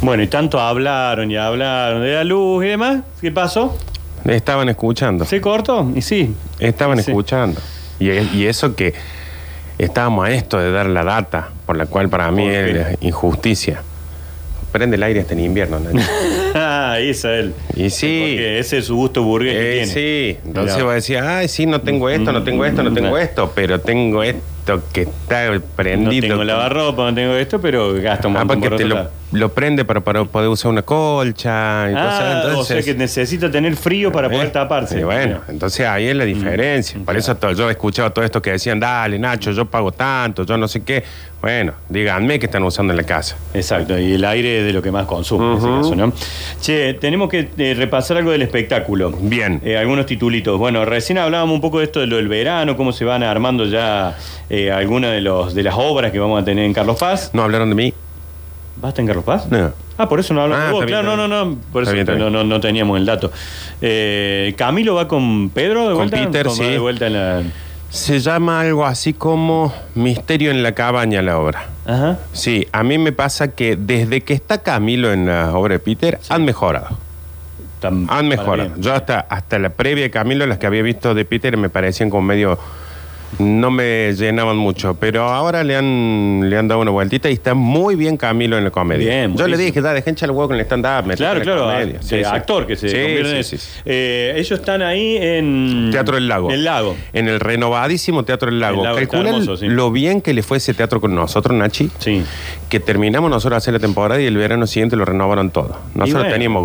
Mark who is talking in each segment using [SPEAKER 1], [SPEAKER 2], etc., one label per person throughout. [SPEAKER 1] Bueno, y tanto hablaron y hablaron de la luz y demás. ¿Qué pasó?
[SPEAKER 2] Estaban escuchando.
[SPEAKER 1] ¿Se cortó? Y sí.
[SPEAKER 2] Estaban
[SPEAKER 1] Sí.
[SPEAKER 2] escuchando. Y, es- y eso que estábamos a esto de dar la data, por la cual para mí
[SPEAKER 1] Por fin.
[SPEAKER 2] es injusticia. Prende el aire hasta en invierno, Nacho.
[SPEAKER 1] Ah, Isabel.
[SPEAKER 2] Y sí.
[SPEAKER 1] Porque ese es su gusto burgués que
[SPEAKER 2] Eh,
[SPEAKER 1] tiene.
[SPEAKER 2] sí, entonces
[SPEAKER 1] Mirá.
[SPEAKER 2] va a decir, ay, sí, no tengo esto, no tengo esto, no tengo esto, pero tengo esto que está
[SPEAKER 1] No
[SPEAKER 2] prendido.
[SPEAKER 1] tengo lavarropa, no tengo esto, pero gasto un
[SPEAKER 2] Ah,
[SPEAKER 1] montón
[SPEAKER 2] porque
[SPEAKER 1] por
[SPEAKER 2] te
[SPEAKER 1] otro
[SPEAKER 2] lo,
[SPEAKER 1] lado.
[SPEAKER 2] lo prende para, para poder usar una colcha. y
[SPEAKER 1] Ah,
[SPEAKER 2] cosas,
[SPEAKER 1] o sea
[SPEAKER 2] entonces-
[SPEAKER 1] que necesita tener frío para
[SPEAKER 2] Eh,
[SPEAKER 1] poder taparse. Mm.
[SPEAKER 2] y bueno, entonces ahí es la diferencia. Por eso to- yo escuchaba todo esto que decían, dale, Nacho, yo pago tanto, yo no sé qué. Bueno, díganme qué están usando en la casa.
[SPEAKER 1] Exacto, y el aire es de lo que más consume en
[SPEAKER 2] Ujú.
[SPEAKER 1] ese caso, ¿no? Che, tenemos que eh, repasar algo del espectáculo.
[SPEAKER 2] Bien.
[SPEAKER 1] Eh, algunos titulitos. Bueno, recién hablábamos un poco de esto de lo del verano, cómo se van armando ya eh, algunas de, los- de las obras que vamos a tener en Carlos Paz.
[SPEAKER 2] ¿No hablaron de mí?
[SPEAKER 1] ¿Basta en Carlos Paz?
[SPEAKER 2] No.
[SPEAKER 1] Ah, por eso no hablamos
[SPEAKER 2] Ah,
[SPEAKER 1] de vos.
[SPEAKER 2] está bien,
[SPEAKER 1] Claro,
[SPEAKER 2] está
[SPEAKER 1] no, no, no. Por
[SPEAKER 2] Está
[SPEAKER 1] eso
[SPEAKER 2] bien, está
[SPEAKER 1] no, no, no teníamos el dato. Eh, Camilo va con Pedro de
[SPEAKER 2] Con
[SPEAKER 1] vuelta.
[SPEAKER 2] Peter,
[SPEAKER 1] Con-
[SPEAKER 2] sí.
[SPEAKER 1] De vuelta en la...
[SPEAKER 2] Se llama algo así como Misterio en la cabaña la obra.
[SPEAKER 1] Ajá.
[SPEAKER 2] Sí, a mí me pasa que desde que está Camilo en la obra de Peter, han mejorado.
[SPEAKER 1] Tan-
[SPEAKER 2] Han mejorado.
[SPEAKER 1] para bien.
[SPEAKER 2] Yo hasta, hasta la previa de Camilo, las que había visto de Peter me parecían como medio. No me llenaban mucho, pero ahora le han, le han dado una vueltita y está muy bien Camilo en la comedia.
[SPEAKER 1] Bien,
[SPEAKER 2] Yo
[SPEAKER 1] buenísimo.
[SPEAKER 2] le dije, da, dejen echar el huevo con el stand-up. metete
[SPEAKER 1] Claro,
[SPEAKER 2] en la
[SPEAKER 1] claro,
[SPEAKER 2] comedia".
[SPEAKER 1] a-
[SPEAKER 2] Sí,
[SPEAKER 1] de
[SPEAKER 2] sí.
[SPEAKER 1] actor que se
[SPEAKER 2] Sí,
[SPEAKER 1] convierte en-
[SPEAKER 2] sí, sí, sí.
[SPEAKER 1] Eh, ellos están ahí en...
[SPEAKER 2] Teatro del Lago.
[SPEAKER 1] El lago.
[SPEAKER 2] En el renovadísimo Teatro del Lago.
[SPEAKER 1] El Lago está
[SPEAKER 2] Calcula
[SPEAKER 1] hermoso, sí.
[SPEAKER 2] lo bien que le fue ese teatro con nosotros, Nachi.
[SPEAKER 1] Sí.
[SPEAKER 2] que terminamos nosotros hacer la temporada y el verano siguiente lo renovaron todo. Nosotros
[SPEAKER 1] Y bueno.
[SPEAKER 2] teníamos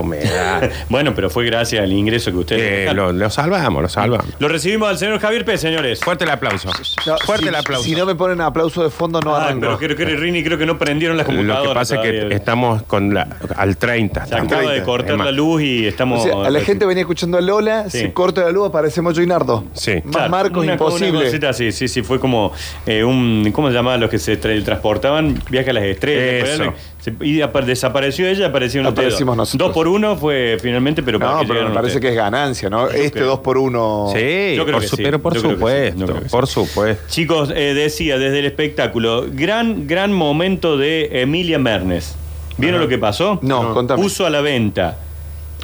[SPEAKER 2] humedad.
[SPEAKER 1] Bueno, pero fue gracias al ingreso que
[SPEAKER 2] Eh,
[SPEAKER 1] ustedes...
[SPEAKER 2] lo, lo salvamos, lo salvamos.
[SPEAKER 1] Lo recibimos al señor Javier Pérez, señores.
[SPEAKER 2] Fuerte el aplauso.
[SPEAKER 3] No,
[SPEAKER 2] Fuerte
[SPEAKER 3] si,
[SPEAKER 2] el aplauso.
[SPEAKER 3] Si no me ponen aplauso de fondo, no
[SPEAKER 1] Ah,
[SPEAKER 3] arranco.
[SPEAKER 1] pero creo que Rini creo que no prendieron las
[SPEAKER 2] lo
[SPEAKER 1] computadoras.
[SPEAKER 2] que pasa es que
[SPEAKER 1] todavía.
[SPEAKER 2] estamos con la, al 30.
[SPEAKER 1] Se acaba de
[SPEAKER 2] estamos.
[SPEAKER 1] cortar
[SPEAKER 2] Es más,
[SPEAKER 1] la luz y
[SPEAKER 3] O
[SPEAKER 1] estamos...
[SPEAKER 3] sea, a la gente venía escuchando a Lola,
[SPEAKER 1] Sí.
[SPEAKER 3] se corta la luz, aparece Mocho Guinardo.
[SPEAKER 2] Sí.
[SPEAKER 3] Más
[SPEAKER 1] Claro,
[SPEAKER 3] Marcos,
[SPEAKER 1] una- una
[SPEAKER 3] imposible.
[SPEAKER 1] cosita así, sí, sí, fue como eh, un. ¿Cómo se llamaba los que se tra- transportaban? Viaje a las estrellas.
[SPEAKER 2] Eso.
[SPEAKER 1] ¿verdad? Se- y apar- desapareció ella, apareció uno.
[SPEAKER 3] Aparecimos nosotros.
[SPEAKER 1] Dos por uno fue finalmente, pero
[SPEAKER 3] No, pero me parece que es ganancia, ¿no? este
[SPEAKER 1] creo.
[SPEAKER 3] 2 por 1
[SPEAKER 2] Sí,
[SPEAKER 1] Yo creo
[SPEAKER 2] por
[SPEAKER 1] que
[SPEAKER 2] su-
[SPEAKER 1] sí,
[SPEAKER 2] pero por
[SPEAKER 1] yo creo que sí, yo
[SPEAKER 2] supuesto,
[SPEAKER 1] creo que sí.
[SPEAKER 2] por supuesto.
[SPEAKER 1] Chicos, eh, decía desde el espectáculo, gran, gran momento de Emilia Mernes. ¿Vieron lo que pasó?
[SPEAKER 3] No, contame.
[SPEAKER 1] Puso a la venta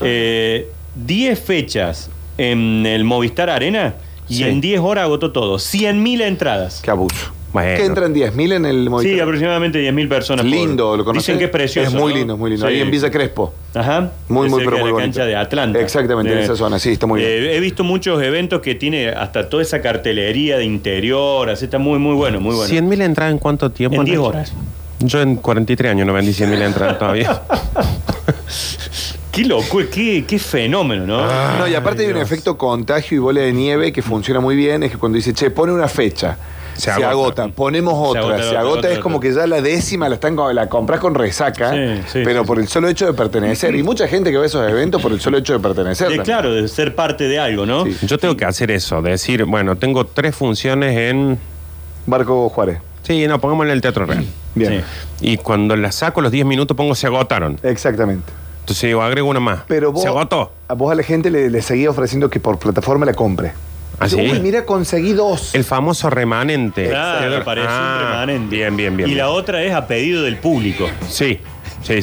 [SPEAKER 1] eh, 10 fechas en el Movistar Arena y
[SPEAKER 2] Sí.
[SPEAKER 1] en 10 horas agotó todo. 100.000 entradas.
[SPEAKER 3] Qué abuso.
[SPEAKER 2] Bueno.
[SPEAKER 3] Que entran 10.000 en el
[SPEAKER 1] Sí,
[SPEAKER 3] movimiento.
[SPEAKER 1] aproximadamente 10.000 personas. por-
[SPEAKER 3] Lindo, lo conoces.
[SPEAKER 1] Dicen que es precioso.
[SPEAKER 3] Es muy
[SPEAKER 1] ¿no?
[SPEAKER 3] lindo, es muy lindo.
[SPEAKER 1] Sí.
[SPEAKER 3] Ahí en Villa Crespo.
[SPEAKER 1] Ajá.
[SPEAKER 3] Muy,
[SPEAKER 1] Es
[SPEAKER 3] muy,
[SPEAKER 1] cerca
[SPEAKER 3] pero
[SPEAKER 1] de
[SPEAKER 3] muy
[SPEAKER 1] la
[SPEAKER 3] bonito.
[SPEAKER 1] cancha de Atlanta.
[SPEAKER 3] Exactamente, en esa zona, sí, está muy bien.
[SPEAKER 1] Eh, he visto muchos eventos que tiene hasta toda esa cartelería de interior, así está muy, muy bueno, muy bueno.
[SPEAKER 2] 100.000 entradas en cuánto tiempo?
[SPEAKER 1] En 10
[SPEAKER 2] Nacho?
[SPEAKER 1] horas.
[SPEAKER 2] Yo en 43 años no vendí 100.000 entradas todavía.
[SPEAKER 1] Qué loco, qué, qué fenómeno, ¿no?
[SPEAKER 2] Ah,
[SPEAKER 3] No, y aparte hay un efecto contagio y bola de nieve que funciona muy bien. Es que cuando dice, che, pone una fecha,
[SPEAKER 2] Se
[SPEAKER 3] se, agota.
[SPEAKER 2] agota.
[SPEAKER 3] ponemos otra, se
[SPEAKER 1] agota,
[SPEAKER 3] agota,
[SPEAKER 1] otra, otra,
[SPEAKER 3] es como
[SPEAKER 1] otra.
[SPEAKER 3] que ya la décima la, están, co- la compras con resaca,
[SPEAKER 1] Sí, sí,
[SPEAKER 3] pero
[SPEAKER 1] sí,
[SPEAKER 3] por el solo hecho de pertenecer. Y mucha gente que ve esos eventos por el solo hecho de pertenecer.
[SPEAKER 1] De-
[SPEAKER 3] también.
[SPEAKER 1] claro, de ser parte de algo, ¿no?
[SPEAKER 3] Sí.
[SPEAKER 2] Yo tengo que hacer eso, decir, bueno, tengo tres funciones en...
[SPEAKER 3] Barco Juárez.
[SPEAKER 2] Sí, no, pongámosle en el Teatro Real.
[SPEAKER 3] Bien.
[SPEAKER 2] Y cuando la saco los 10 minutos pongo se agotaron.
[SPEAKER 3] Exactamente.
[SPEAKER 2] Entonces digo, agrego una más.
[SPEAKER 3] Pero vos,
[SPEAKER 2] se agotó.
[SPEAKER 3] A vos a la gente le, le seguía ofreciendo que por plataforma la compre.
[SPEAKER 2] ¿Ah, sí?
[SPEAKER 3] Uy, mira, conseguí dos.
[SPEAKER 2] El famoso remanente.
[SPEAKER 1] Claro,
[SPEAKER 2] Quedó-
[SPEAKER 1] parece
[SPEAKER 2] Eh, Ah,
[SPEAKER 1] un permanente.
[SPEAKER 2] Bien, bien, bien.
[SPEAKER 1] Y la otra es a pedido del público.
[SPEAKER 2] Sí. Sí,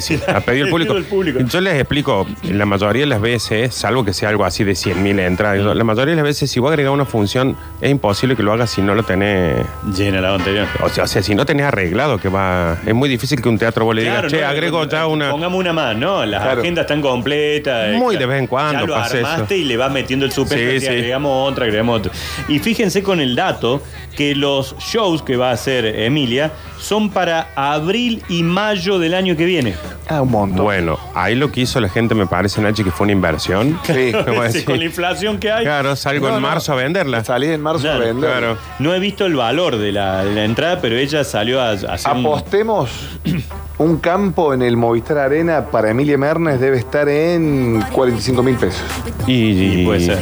[SPEAKER 2] sí, a pedido del público.
[SPEAKER 1] El público.
[SPEAKER 2] Yo les explico, la mayoría de las veces, salvo que sea algo así de 100.000 entradas, la mayoría de las veces si vos agregás una función, es imposible que lo hagas si no lo tenés,
[SPEAKER 1] Llena la anterior.
[SPEAKER 2] o sea, o sea, si no tenés arreglado que va, es muy difícil que un teatro vos le digas,
[SPEAKER 1] Claro,
[SPEAKER 2] che,
[SPEAKER 1] no,
[SPEAKER 2] agrego
[SPEAKER 1] no,
[SPEAKER 2] ya una...
[SPEAKER 1] Pongamos una más, ¿no? Las
[SPEAKER 3] Claro.
[SPEAKER 1] agendas están completas. eh,
[SPEAKER 2] Muy
[SPEAKER 1] claro.
[SPEAKER 2] de vez en cuando
[SPEAKER 1] Ya lo
[SPEAKER 2] pasa eso.
[SPEAKER 1] armaste y le vas metiendo el super
[SPEAKER 2] Sí,
[SPEAKER 1] y
[SPEAKER 2] sí.
[SPEAKER 1] agregamos otra, agregamos otra. Y fíjense con el dato que los shows que va a hacer Emilia son para abril y mayo del año que viene.
[SPEAKER 3] Ah, un montón.
[SPEAKER 2] Bueno, ahí lo que hizo la gente me parece, Nachi, que fue una inversión.
[SPEAKER 3] Sí.
[SPEAKER 2] Me voy a
[SPEAKER 1] Sí,
[SPEAKER 2] decir,
[SPEAKER 1] con la inflación que hay.
[SPEAKER 2] Pues Claro, salgo
[SPEAKER 3] No,
[SPEAKER 2] en
[SPEAKER 3] no.
[SPEAKER 2] marzo a venderla.
[SPEAKER 3] Salí en marzo
[SPEAKER 1] Claro,
[SPEAKER 3] a vender.
[SPEAKER 2] claro.
[SPEAKER 1] No he visto el valor de la, de la entrada, pero ella salió a, a hacer un-
[SPEAKER 3] Apostemos un campo en el Movistar Arena para Emilia Mernes debe estar en 45 mil pesos.
[SPEAKER 2] Y,
[SPEAKER 1] Y puede ser.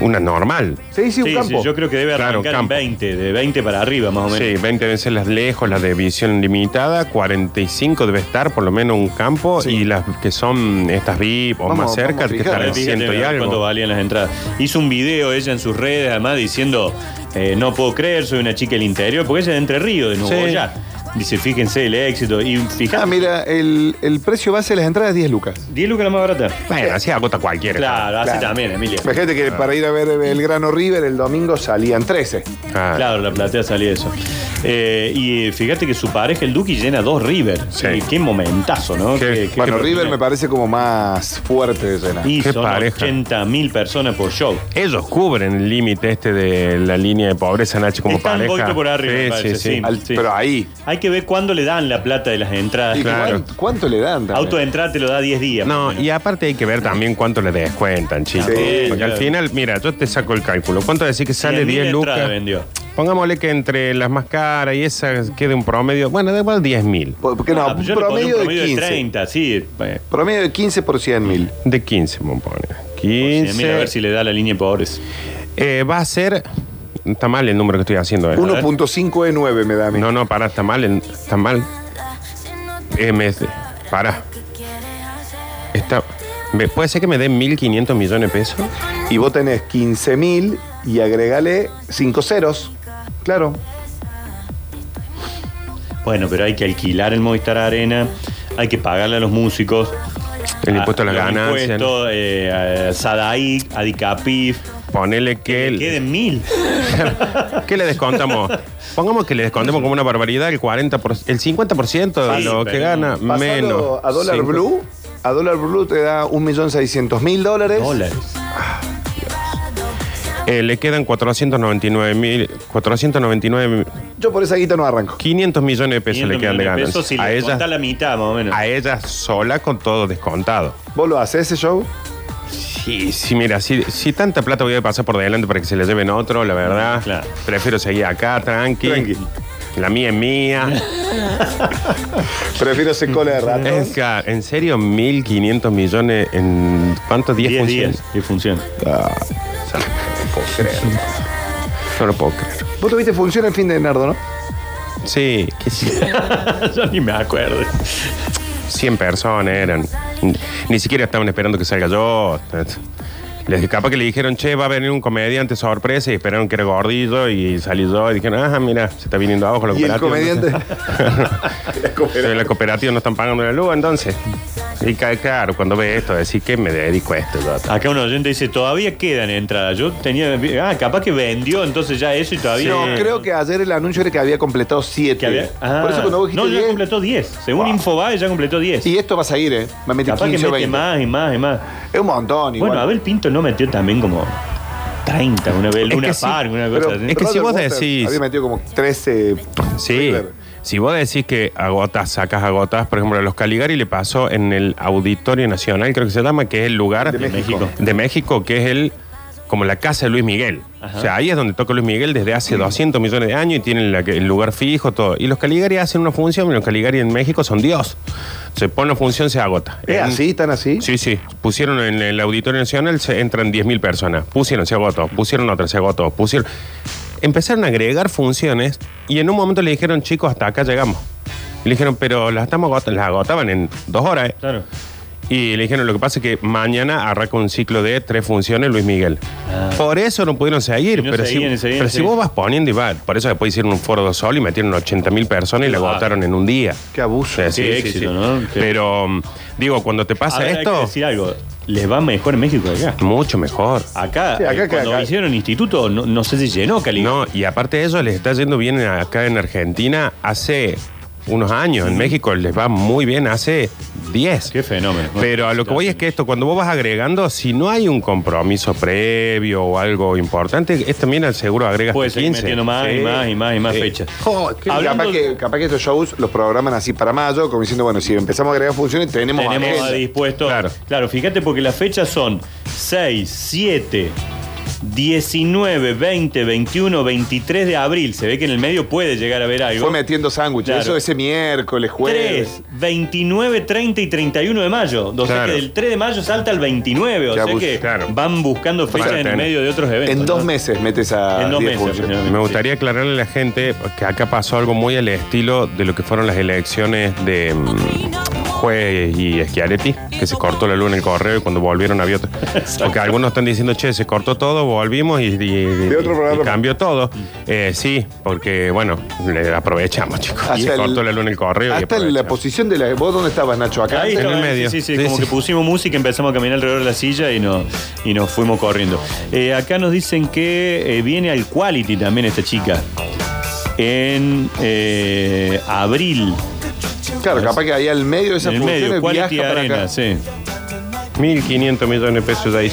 [SPEAKER 2] una normal.
[SPEAKER 3] Sí, sí, un
[SPEAKER 1] Sí, sí,
[SPEAKER 3] campo.
[SPEAKER 1] yo creo que debe
[SPEAKER 2] Claro,
[SPEAKER 1] arrancar en
[SPEAKER 2] campo.
[SPEAKER 1] 20, de 20 para arriba más o menos.
[SPEAKER 2] Sí, 20 veces las lejos, las de visión limitada, 45 debe estar por lo menos un campo y las que son estas VIP o
[SPEAKER 3] Vamos,
[SPEAKER 2] más
[SPEAKER 3] vamos
[SPEAKER 2] cerca,
[SPEAKER 3] a
[SPEAKER 2] que
[SPEAKER 3] fijar.
[SPEAKER 2] están
[SPEAKER 1] Ahora
[SPEAKER 2] en
[SPEAKER 1] fíjate
[SPEAKER 2] 100 y
[SPEAKER 1] cuánto
[SPEAKER 2] algo.
[SPEAKER 1] valían las entradas. Hizo un video ella en sus redes, además, diciendo, eh, no puedo creer, soy una chica del interior, porque ella es de Entre Ríos, de Nuevo
[SPEAKER 2] Sí.
[SPEAKER 1] Boyá. Dice, fíjense el éxito. Y fíjate.
[SPEAKER 3] Ah, mira, el, el precio base de las entradas es 10 lucas.
[SPEAKER 1] 10 lucas la más barata.
[SPEAKER 2] Bueno, así agota cualquiera.
[SPEAKER 1] Claro, así
[SPEAKER 3] Claro.
[SPEAKER 1] también, Emilia.
[SPEAKER 3] Imagínate que para ir a ver el Grano River el domingo salían 13.
[SPEAKER 2] Ah,
[SPEAKER 1] Claro, la platea salía eso. Eh, y eh, fíjate que su pareja, el Duki, llena dos River.
[SPEAKER 2] Sí.
[SPEAKER 1] Y Qué momentazo, ¿no?
[SPEAKER 2] Sí.
[SPEAKER 1] Qué- qué-
[SPEAKER 3] Bueno,
[SPEAKER 1] qué-
[SPEAKER 3] River me parece como más fuerte de llenar.
[SPEAKER 1] Y
[SPEAKER 2] Qué
[SPEAKER 1] son
[SPEAKER 2] pareja.
[SPEAKER 1] 80.000 personas por show.
[SPEAKER 2] Ellos cubren el límite este de la línea de pobreza, Nacho, como
[SPEAKER 1] Están un
[SPEAKER 2] pareja.
[SPEAKER 1] poquito por arriba, me
[SPEAKER 2] sí,
[SPEAKER 1] parece,
[SPEAKER 2] sí, sí.
[SPEAKER 1] sí.
[SPEAKER 3] Al-
[SPEAKER 1] sí.
[SPEAKER 3] Pero ahí.
[SPEAKER 1] Hay que ver cuándo le dan la plata de las entradas.
[SPEAKER 3] ¿Y
[SPEAKER 2] Claro.
[SPEAKER 3] cuán- ¿Cuánto le dan? también?
[SPEAKER 1] Auto de entrada te lo da 10 días.
[SPEAKER 2] No, y aparte hay que ver también cuánto le descuentan, chicos.
[SPEAKER 3] Sí,
[SPEAKER 2] Porque
[SPEAKER 1] claro.
[SPEAKER 2] al final, mira, yo te saco el cálculo. ¿Cuánto decir que sale
[SPEAKER 1] 100.000
[SPEAKER 2] 10
[SPEAKER 1] entradas
[SPEAKER 2] lucas?
[SPEAKER 1] vendió.
[SPEAKER 2] Pongámosle que entre las más caras y esas quede un promedio. Bueno, da igual 10 mil.
[SPEAKER 3] ¿Por por qué no?
[SPEAKER 1] Ah,
[SPEAKER 3] un
[SPEAKER 1] yo le ponía
[SPEAKER 3] promedio,
[SPEAKER 1] un
[SPEAKER 3] de 15.
[SPEAKER 1] 30, sí. eh,
[SPEAKER 3] Promedio de 15 por 100 mil.
[SPEAKER 2] De 15, me pone.
[SPEAKER 1] Pues, Mira,
[SPEAKER 2] 15.
[SPEAKER 1] a ver si le da la línea de pobres.
[SPEAKER 2] Eh, va a ser. Está mal el número que estoy haciendo. eh.
[SPEAKER 3] 1.5E9 me da a mí.
[SPEAKER 2] No, no, pará, está mal. el- Está mal. Eh, me- pará. Está, me- ¿Puede ser que me den 1.500 millones de pesos?
[SPEAKER 3] Y vos tenés 15 mil y agregale 5 ceros. Claro.
[SPEAKER 1] Bueno, pero hay que alquilar el Movistar Arena, hay que pagarle a los músicos.
[SPEAKER 2] El impuesto a las
[SPEAKER 1] Ah, los
[SPEAKER 2] ganancias.
[SPEAKER 1] impuestos, eh, a Sadaic, a Dicapif.
[SPEAKER 2] Ponele que. el-
[SPEAKER 1] Queden mil.
[SPEAKER 2] ¿Qué le descontamos? Pongamos que le descontemos como una barbaridad el 40%, el 50% de
[SPEAKER 1] Sí,
[SPEAKER 2] lo
[SPEAKER 1] pero
[SPEAKER 2] que gana
[SPEAKER 1] no.
[SPEAKER 3] Pasalo
[SPEAKER 2] menos.
[SPEAKER 3] a dólar
[SPEAKER 2] Cinco-
[SPEAKER 3] blue. A dólar blue te da 1.600.000 dólares.
[SPEAKER 1] Dólares.
[SPEAKER 2] Eh, le quedan 499 mil, 499,
[SPEAKER 3] Yo por esa guita no arranco.
[SPEAKER 2] 500 millones de pesos le
[SPEAKER 1] 500
[SPEAKER 2] quedan de
[SPEAKER 1] millones
[SPEAKER 2] ganancia.
[SPEAKER 1] pesos, si
[SPEAKER 2] a,
[SPEAKER 1] le
[SPEAKER 2] ella,
[SPEAKER 1] contás la mitad, más o menos.
[SPEAKER 2] a ella sola con todo descontado.
[SPEAKER 3] ¿Vos lo haces ese show?
[SPEAKER 2] Sí, sí, mira, si, si tanta plata voy a pasar por delante para que se la lleven otro, la verdad.
[SPEAKER 1] Claro.
[SPEAKER 2] Prefiero seguir acá, tranqui.
[SPEAKER 3] Tranqui.
[SPEAKER 2] La mía es mía.
[SPEAKER 3] Prefiero ese cola de ratón.
[SPEAKER 2] Es que, en serio, 1.500 millones en... ¿Cuánto? 10
[SPEAKER 1] 10
[SPEAKER 2] funciones?
[SPEAKER 1] días y funciona.
[SPEAKER 2] No lo puedo creer.
[SPEAKER 3] Vos tuviste función el fin de Nardo, ¿no?
[SPEAKER 2] Sí, que sí.
[SPEAKER 1] Yo ni me acuerdo.
[SPEAKER 2] 100 personas eran. Ni siquiera estaban esperando que salga yo. Les, capaz que le dijeron, che, va a venir un comediante sorpresa y esperaron que era gordillo y salí yo y dijeron, ah, mira, se está viniendo abajo la
[SPEAKER 3] Y el
[SPEAKER 2] cooperativa.
[SPEAKER 3] comediante. El
[SPEAKER 2] Pero
[SPEAKER 3] comediante.
[SPEAKER 2] la cooperativa no están pagando la luz, entonces. Y ca- claro, cuando ve esto, decir que me dedico a esto. yo?
[SPEAKER 1] Acá un oyente dice, todavía quedan entradas. Yo tenía... Ah, capaz que vendió entonces ya eso y todavía...
[SPEAKER 3] No, creo que ayer el anuncio era que había completado
[SPEAKER 1] Que
[SPEAKER 3] 7.
[SPEAKER 1] había- Ah,
[SPEAKER 3] Por eso cuando vos dijiste
[SPEAKER 1] No, ya
[SPEAKER 3] 10,
[SPEAKER 1] completó 10. Según
[SPEAKER 3] Wow.
[SPEAKER 1] Infobae ya completó 10.
[SPEAKER 3] Y esto va a seguir, ¿eh? Va a meter
[SPEAKER 1] Capaz que
[SPEAKER 3] 15 o
[SPEAKER 1] mete
[SPEAKER 3] 20.
[SPEAKER 1] más y más y más.
[SPEAKER 3] Es un montón, igual.
[SPEAKER 1] Bueno, Abel Pinto no metió también como 30, una vez,
[SPEAKER 2] que
[SPEAKER 1] una
[SPEAKER 2] sí,
[SPEAKER 1] par, una
[SPEAKER 3] Pero
[SPEAKER 1] cosa así.
[SPEAKER 2] es que si
[SPEAKER 3] Roger
[SPEAKER 2] vos
[SPEAKER 3] Waters
[SPEAKER 2] decís-
[SPEAKER 3] Había metido como 13.
[SPEAKER 2] Sí.
[SPEAKER 3] River.
[SPEAKER 2] Si vos decís que agotas, sacas agotas, por ejemplo, a los Caligari le pasó en el Auditorio Nacional, creo que se llama, que es el lugar
[SPEAKER 3] De México.
[SPEAKER 1] México.
[SPEAKER 2] de México, que es el como la casa de Luis Miguel.
[SPEAKER 1] Ajá.
[SPEAKER 2] O sea, ahí es donde toca Luis Miguel desde hace 200 millones de años y tienen la que- el lugar fijo, todo. Y los Caligari hacen una función, y los Caligari en México son Dios. Se pone una función, se agota.
[SPEAKER 3] ¿Es
[SPEAKER 2] En-
[SPEAKER 3] así? ¿Tan así?
[SPEAKER 2] Sí, sí. Pusieron en el Auditorio Nacional, se entran 10.000 personas. Pusieron, se agotó. Pusieron otra, se agotó. Pusieron... Empezaron a agregar funciones y en un momento le dijeron, chicos, hasta acá llegamos. Y le dijeron, pero las estamos agotando. Las agotaban en dos horas. ¿eh?
[SPEAKER 1] Claro.
[SPEAKER 2] Y le dijeron, lo que pasa es que mañana arranca un ciclo de tres funciones Luis Miguel. Por eso no pudieron seguir.
[SPEAKER 1] Ah. Y no
[SPEAKER 2] pero
[SPEAKER 1] seguían,
[SPEAKER 2] si,
[SPEAKER 1] y seguían,
[SPEAKER 2] pero
[SPEAKER 1] sí.
[SPEAKER 2] si vos vas poniendo y vas, por eso después hicieron un foro sol y metieron 80.000 personas y la
[SPEAKER 1] Claro.
[SPEAKER 2] agotaron en un día.
[SPEAKER 3] Qué abuso.
[SPEAKER 2] Sí, sí,
[SPEAKER 1] Ah. Qué
[SPEAKER 2] sí,
[SPEAKER 1] éxito,
[SPEAKER 2] sí.
[SPEAKER 1] ¿no? Qué-
[SPEAKER 2] Pero, um, digo, cuando te
[SPEAKER 1] A
[SPEAKER 2] pasa
[SPEAKER 1] ver, Hay
[SPEAKER 2] esto...
[SPEAKER 1] que decir algo. Les va mejor en México que acá.
[SPEAKER 2] Mucho mejor.
[SPEAKER 1] Acá,
[SPEAKER 3] Sí, acá
[SPEAKER 1] eh, cuando
[SPEAKER 3] acá.
[SPEAKER 1] hicieron instituto, no, no sé si llenó Cali.
[SPEAKER 2] No, y aparte de eso, les está yendo bien acá en Argentina hace unos años. En México les va muy bien hace 10.
[SPEAKER 1] Qué fenómeno.
[SPEAKER 2] Pero a lo que voy es que esto, cuando vos vas agregando, si no hay un compromiso previo o algo importante, esto mira, seguro agrega
[SPEAKER 1] Puede
[SPEAKER 2] hasta
[SPEAKER 1] seguir
[SPEAKER 2] 15.
[SPEAKER 1] metiendo más y
[SPEAKER 2] Sí.
[SPEAKER 1] más y más y más
[SPEAKER 2] Sí.
[SPEAKER 1] fechas.
[SPEAKER 3] Jo, qué-
[SPEAKER 1] Hablando-
[SPEAKER 3] capaz, que, capaz que estos shows los programan así para mayo, como diciendo, bueno, si empezamos a agregar funciones, tenemos,
[SPEAKER 1] Tenemos
[SPEAKER 3] agenda.
[SPEAKER 1] dispuesto.
[SPEAKER 2] Claro.
[SPEAKER 1] Claro. fíjate porque las fechas son 6, 7, 19, 20, 21, 23 de abril. Se ve que en el medio puede llegar a haber algo.
[SPEAKER 3] Fue metiendo sándwiches.
[SPEAKER 1] Claro.
[SPEAKER 3] Eso ese miércoles, jueves.
[SPEAKER 1] 3, 29, 30 y 31 de mayo. O sea
[SPEAKER 2] Claro.
[SPEAKER 1] que del 3 de mayo salta al 29. O
[SPEAKER 3] Qué
[SPEAKER 1] sea
[SPEAKER 3] abuso.
[SPEAKER 1] que
[SPEAKER 2] Claro.
[SPEAKER 1] van buscando fechas
[SPEAKER 2] Claro,
[SPEAKER 1] en
[SPEAKER 2] tenés.
[SPEAKER 1] medio de otros eventos.
[SPEAKER 3] En
[SPEAKER 1] ¿no?
[SPEAKER 3] dos meses Ah, metes a
[SPEAKER 1] En dos
[SPEAKER 3] 10
[SPEAKER 1] meses.
[SPEAKER 3] funciones.
[SPEAKER 1] aproximadamente,
[SPEAKER 2] Me
[SPEAKER 1] sí.
[SPEAKER 2] gustaría aclararle a la gente que acá pasó algo muy al estilo de lo que fueron las elecciones de, mm, juez y Schiaretti, que se cortó la luz en el correo y cuando volvieron había otra. Porque algunos están diciendo, che, se cortó todo, volvimos y, y- y-
[SPEAKER 3] otro
[SPEAKER 2] y
[SPEAKER 3] programa.
[SPEAKER 2] cambió todo. Eh, sí, porque, bueno, le aprovechamos, chicos.
[SPEAKER 3] Hasta
[SPEAKER 2] se
[SPEAKER 3] el-
[SPEAKER 2] cortó la luz en el correo. y
[SPEAKER 3] Hasta la
[SPEAKER 2] aprovechamos.
[SPEAKER 3] posición de la. ¿Vos dónde estabas, Nacho? Acá.
[SPEAKER 1] Ahí
[SPEAKER 2] en
[SPEAKER 1] estaba,
[SPEAKER 2] el medio.
[SPEAKER 1] Sí, sí,
[SPEAKER 2] Sí,
[SPEAKER 1] como
[SPEAKER 2] sí.
[SPEAKER 1] que pusimos música, empezamos a caminar alrededor de la silla y, no, y nos fuimos corriendo. Eh, acá nos dicen que eh, viene al Quality también esta chica. En eh, abril,
[SPEAKER 3] Claro, capaz que ahí al medio de esas
[SPEAKER 1] en el
[SPEAKER 3] funciones
[SPEAKER 1] medio,
[SPEAKER 3] viaja
[SPEAKER 1] Quality
[SPEAKER 3] para acá.
[SPEAKER 1] Arena, sí.
[SPEAKER 2] 1.500 millones de pesos ahí.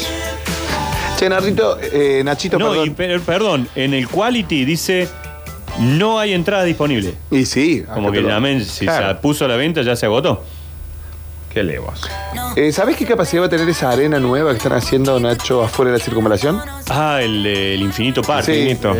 [SPEAKER 3] Che, Narrito, eh, Nachito,
[SPEAKER 1] No, y
[SPEAKER 3] perdón.
[SPEAKER 1] per- perdón, en el Quality dice no hay entradas disponibles.
[SPEAKER 3] Y, sí. acá
[SPEAKER 1] Como
[SPEAKER 3] te
[SPEAKER 1] que
[SPEAKER 3] lo-
[SPEAKER 1] llamen, si
[SPEAKER 2] Claro.
[SPEAKER 1] se puso a la venta ya se agotó.
[SPEAKER 2] Qué levos.
[SPEAKER 3] Eh, ¿Sabés qué capacidad va a tener esa arena nueva que están haciendo, Nacho, afuera de la circunvalación?
[SPEAKER 1] Ah, el, eh, el Infinito Parque.
[SPEAKER 3] Sí.
[SPEAKER 2] Infinito.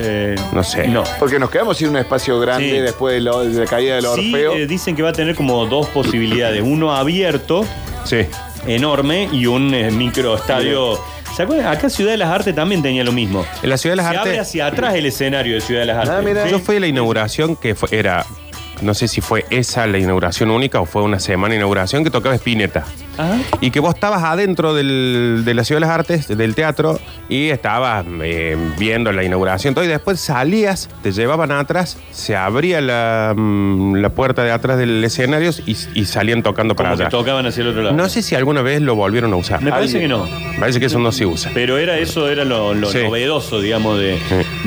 [SPEAKER 2] No sé.
[SPEAKER 1] No.
[SPEAKER 3] Porque nos quedamos sin un espacio grande
[SPEAKER 1] Sí.
[SPEAKER 3] después de, lo- de la caída del
[SPEAKER 1] Sí,
[SPEAKER 3] Orfeo.
[SPEAKER 1] eh, dicen que va a tener como dos posibilidades. Uno abierto,
[SPEAKER 2] Sí.
[SPEAKER 1] enorme, y un eh, microestadio. ¿Se acuerdan? Acá Ciudad de las Artes también tenía lo mismo.
[SPEAKER 2] En la Ciudad de las
[SPEAKER 1] Se abre
[SPEAKER 2] Artes-
[SPEAKER 1] hacia atrás el escenario de Ciudad de las Artes.
[SPEAKER 3] Ah, mira.
[SPEAKER 2] Yo fui a la inauguración que fue- era, no sé si fue esa la inauguración única o fue una semana de inauguración que tocaba Spinetta.
[SPEAKER 1] Ajá.
[SPEAKER 2] Y que vos estabas adentro del- de la Ciudad de las Artes, del teatro, y estabas eh, viendo la inauguración. Entonces, y después salías, te llevaban atrás, se abría la, mm, la puerta de atrás del escenario y, y salían tocando para
[SPEAKER 1] Como que
[SPEAKER 2] allá.
[SPEAKER 1] tocaban hacia el otro lado.
[SPEAKER 2] No sé si alguna vez lo volvieron a usar.
[SPEAKER 1] Me parece que no.
[SPEAKER 2] Parece que eso no se usa.
[SPEAKER 1] Pero era eso, era lo, lo
[SPEAKER 2] Sí.
[SPEAKER 1] novedoso, digamos, de,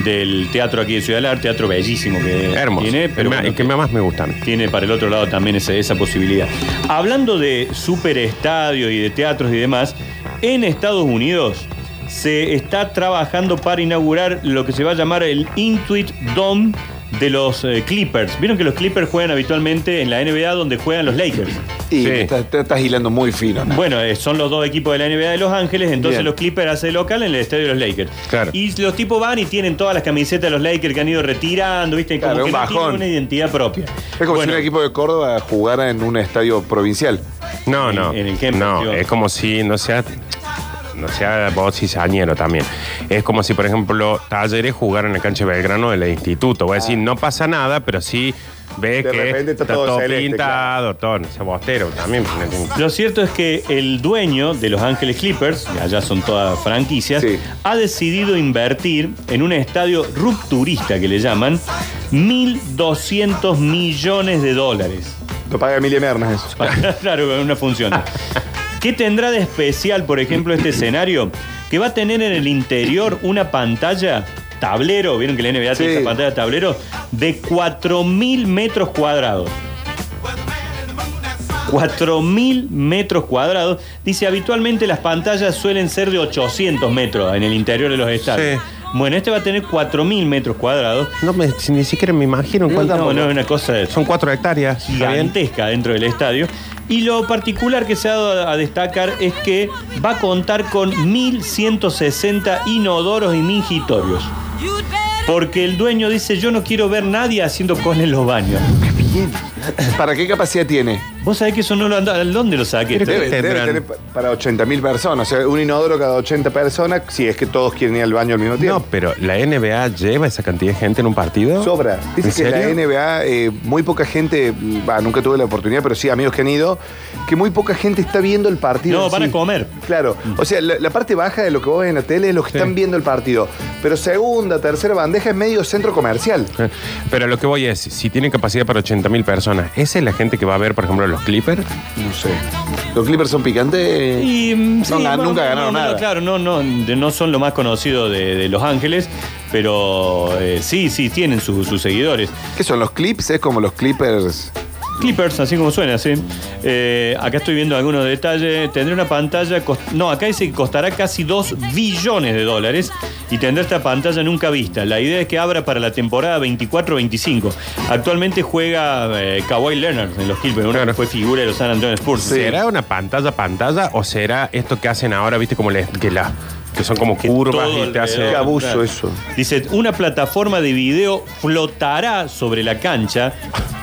[SPEAKER 1] del teatro aquí de Ciudad del Arte, teatro bellísimo que
[SPEAKER 2] Hermoso.
[SPEAKER 1] tiene, pero
[SPEAKER 2] Me-
[SPEAKER 1] bueno,
[SPEAKER 2] que me- más me gustan.
[SPEAKER 1] tiene para el otro lado también esa, esa posibilidad. Hablando de superestadios y de teatros y demás, en Estados Unidos se está trabajando para inaugurar lo que se va a llamar el Intuit Dome de los eh, Clippers. Vieron que los Clippers juegan habitualmente en la NBA donde juegan los Lakers.
[SPEAKER 3] Y
[SPEAKER 2] Sí.
[SPEAKER 3] estás, te estás hilando muy fino. Nacho.
[SPEAKER 1] Bueno, eh, son los dos equipos de la NBA de Los Ángeles, entonces
[SPEAKER 3] Bien.
[SPEAKER 1] los Clippers hacen local en el estadio de los Lakers.
[SPEAKER 2] Claro.
[SPEAKER 1] Y los tipos van y tienen todas las camisetas de los Lakers que han ido retirando, ¿viste? Como
[SPEAKER 3] Claro,
[SPEAKER 1] que
[SPEAKER 3] un
[SPEAKER 1] no tienen
[SPEAKER 3] bajón.
[SPEAKER 1] una identidad propia.
[SPEAKER 3] es como
[SPEAKER 1] Bueno,
[SPEAKER 3] si un equipo de Córdoba jugara en un estadio provincial.
[SPEAKER 2] No,
[SPEAKER 1] en-
[SPEAKER 2] no.
[SPEAKER 1] en el ejemplo,
[SPEAKER 2] no,
[SPEAKER 1] digo.
[SPEAKER 2] es como si no sea. No sea vos cizañero también. Es como si, por ejemplo, Talleres jugara en la cancha de Belgrano del instituto. Voy a
[SPEAKER 1] Ah.
[SPEAKER 2] decir, no pasa nada, pero sí ve
[SPEAKER 4] De
[SPEAKER 2] que
[SPEAKER 4] repente está todo celeste,
[SPEAKER 2] pintado, todo, no sé, bostero también.
[SPEAKER 1] Lo cierto es que el dueño de Los Ángeles Clippers, que allá son todas franquicias,
[SPEAKER 3] Sí.
[SPEAKER 1] ha decidido invertir en un estadio rupturista que le llaman 1.200 millones de dólares.
[SPEAKER 3] Lo paga Emilia Mernes eso.
[SPEAKER 1] claro, con una función. ¿Qué tendrá de especial, por ejemplo, este escenario? Que va a tener en el interior una pantalla tablero, vieron que la NBA tiene
[SPEAKER 3] Sí.
[SPEAKER 1] esa pantalla tablero, de 4.000 metros cuadrados. 4.000 metros cuadrados. Dice, habitualmente las pantallas suelen ser de 800 metros en el interior de los estadios. Bueno, este va a tener 4.000 metros cuadrados.
[SPEAKER 2] No me, ni siquiera me imagino cuántas.
[SPEAKER 1] No, no, es una cosa de
[SPEAKER 2] Son cuatro hectáreas. ¿está bien?
[SPEAKER 1] gigantesca dentro del estadio. Y lo particular que se ha dado a destacar es que va a contar con 1.160 inodoros y mingitorios. Porque el dueño dice, yo no quiero ver nadie haciendo cola en los baños.
[SPEAKER 3] ¿Para qué capacidad tiene?
[SPEAKER 1] Vos sabés que eso no lo anda... ¿Dónde lo saqué?
[SPEAKER 2] Creo
[SPEAKER 1] Esto?
[SPEAKER 2] que-
[SPEAKER 3] Debe, debe
[SPEAKER 2] tendrán?
[SPEAKER 3] tener pa- para 80.000 personas. O sea, un inodoro cada 80 personas, si es que todos quieren ir al baño al mismo
[SPEAKER 2] No,
[SPEAKER 3] tiempo.
[SPEAKER 2] pero la NBA lleva esa cantidad de gente en un partido.
[SPEAKER 3] Sobra. Dice
[SPEAKER 2] ¿En
[SPEAKER 3] que la
[SPEAKER 2] serio?
[SPEAKER 3] NBA, eh, muy poca gente, bah, nunca tuve la oportunidad, pero sí amigos que han ido, que muy poca gente está viendo el partido.
[SPEAKER 1] No,
[SPEAKER 3] en
[SPEAKER 1] van
[SPEAKER 3] sí.
[SPEAKER 1] a comer.
[SPEAKER 3] Claro. O sea, la, la parte baja de lo que vos ves en la tele es los que están viendo el partido. Pero segunda, tercera bandeja es medio centro comercial.
[SPEAKER 2] Pero lo que voy es, si tiene capacidad para 80.000 personas, ¿esa es la gente que va a ver, por ejemplo, los Clippers?
[SPEAKER 3] No sé. Los Clippers son picantes.
[SPEAKER 1] Y, mm, sí,
[SPEAKER 3] No, gan-
[SPEAKER 1] bueno,
[SPEAKER 3] nunca
[SPEAKER 1] no, no,
[SPEAKER 3] ganaron
[SPEAKER 1] no,
[SPEAKER 3] nada.
[SPEAKER 1] claro, no, no, de- no son lo más conocido de, de Los Ángeles, pero eh, sí, sí, tienen sus- sus seguidores.
[SPEAKER 3] ¿Qué son los clips? Es como los Clippers.
[SPEAKER 1] Clippers, así como suena, sí. Eh, acá estoy viendo algunos detalles. Tendrá una pantalla. cost- No, acá dice que costará casi 2 billones de dólares y tendrá esta pantalla nunca vista. La idea es que abra para la temporada 24-25. Actualmente juega eh, Kawhi Leonard en los Clippers, uno que
[SPEAKER 2] Claro.
[SPEAKER 1] fue figura de los San Antonio Spurs.
[SPEAKER 2] ¿Será una pantalla pantalla o será esto que hacen ahora, viste, como les- que, la, que son como
[SPEAKER 1] Que
[SPEAKER 2] curvas
[SPEAKER 1] todo
[SPEAKER 2] y te
[SPEAKER 1] alrededor.
[SPEAKER 2] hacen...
[SPEAKER 3] Qué abuso
[SPEAKER 1] Claro.
[SPEAKER 3] eso.
[SPEAKER 1] Dice, una plataforma de video flotará sobre la cancha.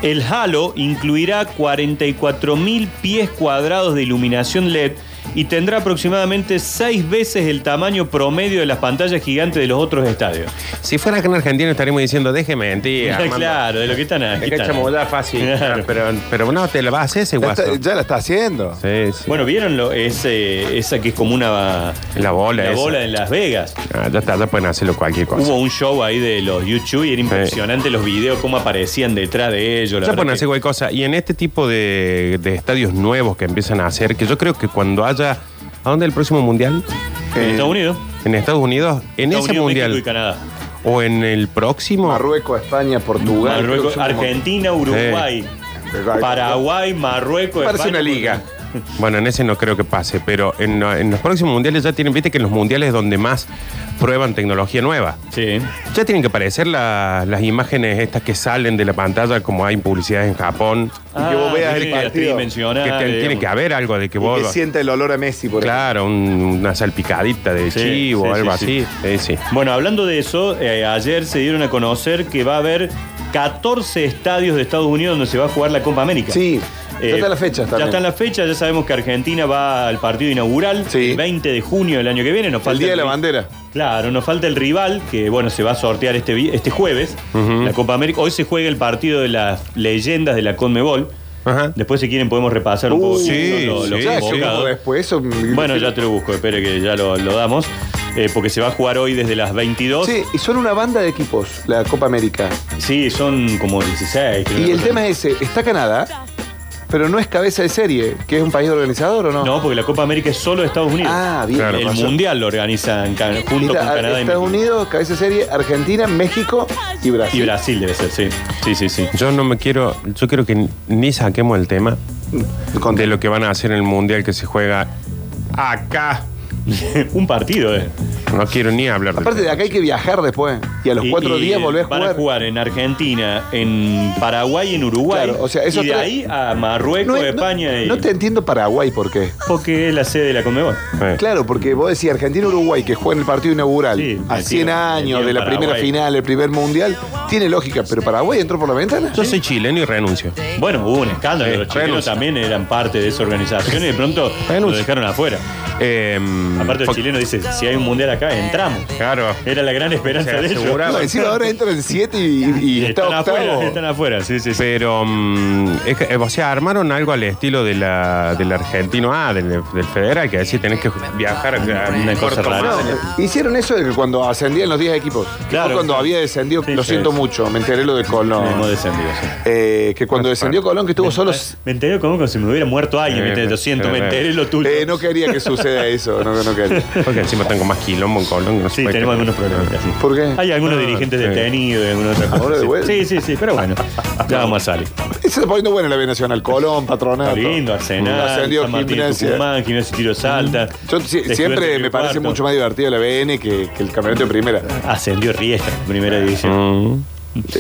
[SPEAKER 1] El halo incluirá 44.000 pies cuadrados de iluminación LED y tendrá aproximadamente seis veces el tamaño promedio de las pantallas gigantes de los otros estadios.
[SPEAKER 2] Si fuera acá en Argentina estaríamos diciendo, déjeme mentir. Armando".
[SPEAKER 1] claro, de lo que están
[SPEAKER 2] Me
[SPEAKER 1] aquí.
[SPEAKER 2] cacha
[SPEAKER 1] están.
[SPEAKER 2] mudar fácil.
[SPEAKER 1] Claro.
[SPEAKER 2] Pero, pero no, te la vas a hacer ese
[SPEAKER 3] Ya,
[SPEAKER 2] guaso.
[SPEAKER 3] está- ya la está haciendo.
[SPEAKER 2] Sí, sí.
[SPEAKER 1] Bueno, ¿vieron lo, ese, esa que es como una...
[SPEAKER 2] La bola
[SPEAKER 1] La
[SPEAKER 2] esa.
[SPEAKER 1] bola en Las Vegas.
[SPEAKER 2] Ah, ya está, ya pueden hacerlo cualquier cosa.
[SPEAKER 1] Hubo un show ahí de los YouTube y era impresionante los videos, cómo aparecían detrás de ellos. la
[SPEAKER 2] Ya
[SPEAKER 1] verdad
[SPEAKER 2] pueden
[SPEAKER 1] que-
[SPEAKER 2] hacer cualquier cosa. Y en este tipo de, de estadios nuevos que empiezan a hacer, que yo creo que cuando haya. ¿A dónde el próximo mundial?
[SPEAKER 1] En
[SPEAKER 3] Eh,
[SPEAKER 1] Estados Unidos.
[SPEAKER 2] En Estados Unidos. En
[SPEAKER 1] Estados Unidos,
[SPEAKER 2] ese
[SPEAKER 1] México y
[SPEAKER 2] mundial.
[SPEAKER 1] Canadá.
[SPEAKER 2] O en el próximo.
[SPEAKER 3] Marruecos, España, Portugal.
[SPEAKER 1] Marruecos,
[SPEAKER 3] creo que son como-
[SPEAKER 1] Argentina, Uruguay,
[SPEAKER 3] Pero-
[SPEAKER 1] Paraguay, Marruecos,
[SPEAKER 3] Parece
[SPEAKER 1] España,
[SPEAKER 3] una liga.
[SPEAKER 2] Bueno, en ese no creo que pase, pero en, en los próximos mundiales ya tienen. Viste que en los mundiales es donde más prueban tecnología nueva.
[SPEAKER 1] Sí.
[SPEAKER 2] Ya tienen que aparecer la- las imágenes estas que salen de la pantalla, como hay en publicidades en Japón.
[SPEAKER 3] que vos veas el
[SPEAKER 1] sí,
[SPEAKER 3] partido.
[SPEAKER 1] tridimensional,
[SPEAKER 2] que te- tiene
[SPEAKER 1] digamos.
[SPEAKER 2] que haber algo de que
[SPEAKER 3] Y
[SPEAKER 2] vos.
[SPEAKER 3] que sienta el olor a Messi, por ejemplo.
[SPEAKER 2] Claro, un- una salpicadita de
[SPEAKER 1] Sí,
[SPEAKER 2] chivo
[SPEAKER 1] sí,
[SPEAKER 2] o algo
[SPEAKER 1] sí,
[SPEAKER 2] así. Sí, sí.
[SPEAKER 1] Bueno, hablando de eso, eh, ayer se dieron a conocer que va a haber 14 estadios de Estados Unidos donde se va a jugar la Copa América.
[SPEAKER 3] Sí, ya
[SPEAKER 1] Eh,
[SPEAKER 3] está la fecha
[SPEAKER 1] Ya
[SPEAKER 3] también.
[SPEAKER 1] están las fechas, ya sabemos que Argentina va al partido inaugural
[SPEAKER 3] Sí.
[SPEAKER 1] el 20 de junio del año que viene. Nos falta
[SPEAKER 3] El día de la
[SPEAKER 1] ri-
[SPEAKER 3] bandera.
[SPEAKER 1] Claro, nos falta el rival, que bueno, se va a sortear este, vi- este jueves, la Copa América. Hoy se juega el partido de las leyendas de la Conmebol.
[SPEAKER 2] Ajá.
[SPEAKER 1] Después, si quieren, podemos repasar un
[SPEAKER 3] Uh,
[SPEAKER 1] poco
[SPEAKER 2] sí,
[SPEAKER 1] lo- lo- lo
[SPEAKER 2] sí,
[SPEAKER 3] ya,
[SPEAKER 2] sí.
[SPEAKER 1] convocado.
[SPEAKER 3] yo después eso.
[SPEAKER 1] Bueno, ya te lo busco, espere que ya lo, lo damos. Eh, porque se va a jugar hoy desde las 22.
[SPEAKER 3] Sí, y son una banda de equipos, la Copa América.
[SPEAKER 1] Sí, son como 16. creo,
[SPEAKER 3] Y
[SPEAKER 1] una
[SPEAKER 3] el
[SPEAKER 1] cosa
[SPEAKER 3] tema es ese, está Canadá, pero no es cabeza de serie, que es un país organizador o no.
[SPEAKER 1] así. No, porque la Copa América es solo de Estados Unidos.
[SPEAKER 3] Ah, bien.
[SPEAKER 2] Claro,
[SPEAKER 1] el
[SPEAKER 2] pasa.
[SPEAKER 1] Mundial lo organizan can- junto
[SPEAKER 3] Mira,
[SPEAKER 1] con Canadá y
[SPEAKER 3] Estados
[SPEAKER 1] México.
[SPEAKER 3] Unidos, cabeza de serie, Argentina, México y Brasil.
[SPEAKER 1] Y Brasil debe ser, sí. Sí, sí, sí.
[SPEAKER 2] Yo no me quiero. Yo quiero que ni saquemos el tema
[SPEAKER 3] Con-
[SPEAKER 2] de lo que van a hacer en el mundial que se juega acá.
[SPEAKER 1] Un partido, eh.
[SPEAKER 2] No quiero ni hablar del
[SPEAKER 3] Aparte de
[SPEAKER 2] tema.
[SPEAKER 3] acá hay que viajar después. Y a los
[SPEAKER 1] Y-
[SPEAKER 3] cuatro
[SPEAKER 1] y
[SPEAKER 3] días volvés a
[SPEAKER 1] van
[SPEAKER 3] jugar.
[SPEAKER 1] a jugar en Argentina, en Paraguay y en Uruguay.
[SPEAKER 3] Claro, o sea, esos
[SPEAKER 1] y de
[SPEAKER 3] tres-
[SPEAKER 1] ahí a Marruecos,
[SPEAKER 3] es-
[SPEAKER 1] España y.
[SPEAKER 3] no te entiendo Paraguay por qué.
[SPEAKER 1] Porque es la sede de la Conmebol.
[SPEAKER 2] Eh.
[SPEAKER 3] Claro, porque vos decís Argentina-Uruguay que juega en el partido inaugural
[SPEAKER 1] Sí,
[SPEAKER 3] a
[SPEAKER 1] metido,
[SPEAKER 3] 100 años
[SPEAKER 1] metido
[SPEAKER 3] de la
[SPEAKER 1] Paraguay.
[SPEAKER 3] primera final, el primer mundial, tiene lógica, pero Paraguay entró por la ventana.
[SPEAKER 2] Yo soy chileno y renuncio.
[SPEAKER 1] Bueno, hubo un escándalo.
[SPEAKER 2] Sí,
[SPEAKER 1] los chilenos
[SPEAKER 2] renuncia.
[SPEAKER 1] también eran parte de esa organización y de pronto lo
[SPEAKER 2] Renuncia.
[SPEAKER 1] dejaron afuera.
[SPEAKER 2] Eh,
[SPEAKER 1] Aparte, el
[SPEAKER 2] por-
[SPEAKER 1] chileno dice: si hay un mundial acá, entramos.
[SPEAKER 2] Claro.
[SPEAKER 1] Era la gran esperanza
[SPEAKER 2] Se
[SPEAKER 1] de ellos.
[SPEAKER 2] aseguraba.
[SPEAKER 3] No, encima ahora entra el 7 y, y- y
[SPEAKER 1] Están
[SPEAKER 3] está octavo.
[SPEAKER 1] afuera, están afuera, sí, sí, sí.
[SPEAKER 2] Pero, mm, es que, eh, o sea, armaron algo al estilo de la, del argentino A, del, del federal, que decir tenés que viajar a
[SPEAKER 1] Una
[SPEAKER 2] a
[SPEAKER 1] cosa
[SPEAKER 2] Puerto
[SPEAKER 1] rara.
[SPEAKER 2] Madryn.
[SPEAKER 3] No, hicieron eso de que cuando ascendían los 10 equipos.
[SPEAKER 1] Claro.
[SPEAKER 3] Yo cuando había descendido,
[SPEAKER 1] Sí,
[SPEAKER 3] lo
[SPEAKER 1] sí,
[SPEAKER 3] siento
[SPEAKER 1] sí.
[SPEAKER 3] mucho, me enteré lo de
[SPEAKER 1] Hemos
[SPEAKER 3] Colón.
[SPEAKER 1] descendido, sí.
[SPEAKER 3] Eh, que cuando descendió Colón, que estuvo solo.
[SPEAKER 1] Me enteré como que si me hubiera muerto alguien,
[SPEAKER 2] Eh,
[SPEAKER 1] me enteré, lo siento, me
[SPEAKER 2] eh,
[SPEAKER 1] enteré lo tuyo.
[SPEAKER 3] Eh, no quería que suceda eso. No, no quería.
[SPEAKER 2] Porque encima tengo más quilombo en Colón. no se
[SPEAKER 1] Sí,
[SPEAKER 2] puede
[SPEAKER 1] tenemos
[SPEAKER 2] creer.
[SPEAKER 1] algunos problemas. sí.
[SPEAKER 3] ¿Por qué?
[SPEAKER 1] Hay algunos dirigentes
[SPEAKER 2] sí.
[SPEAKER 1] detenidos y alguna otra cosa.
[SPEAKER 3] Ah, Ahora de
[SPEAKER 1] sí.
[SPEAKER 3] vuelta.
[SPEAKER 1] sí, sí, sí, pero bueno, ya vamos a salir.
[SPEAKER 3] Se está poniendo buena la B Nacional. Colón, Patronato.
[SPEAKER 1] Está lindo, Arsenal,
[SPEAKER 3] Ascendió
[SPEAKER 1] San Martín de
[SPEAKER 3] Gimnasia.
[SPEAKER 1] Tucumán, Gimnasia Tiro Salta.
[SPEAKER 3] Yo si- siempre me parece mucho más divertido la BN que, que el campeonato de primera.
[SPEAKER 1] Ascendió Riestra, primera división.
[SPEAKER 2] Mm.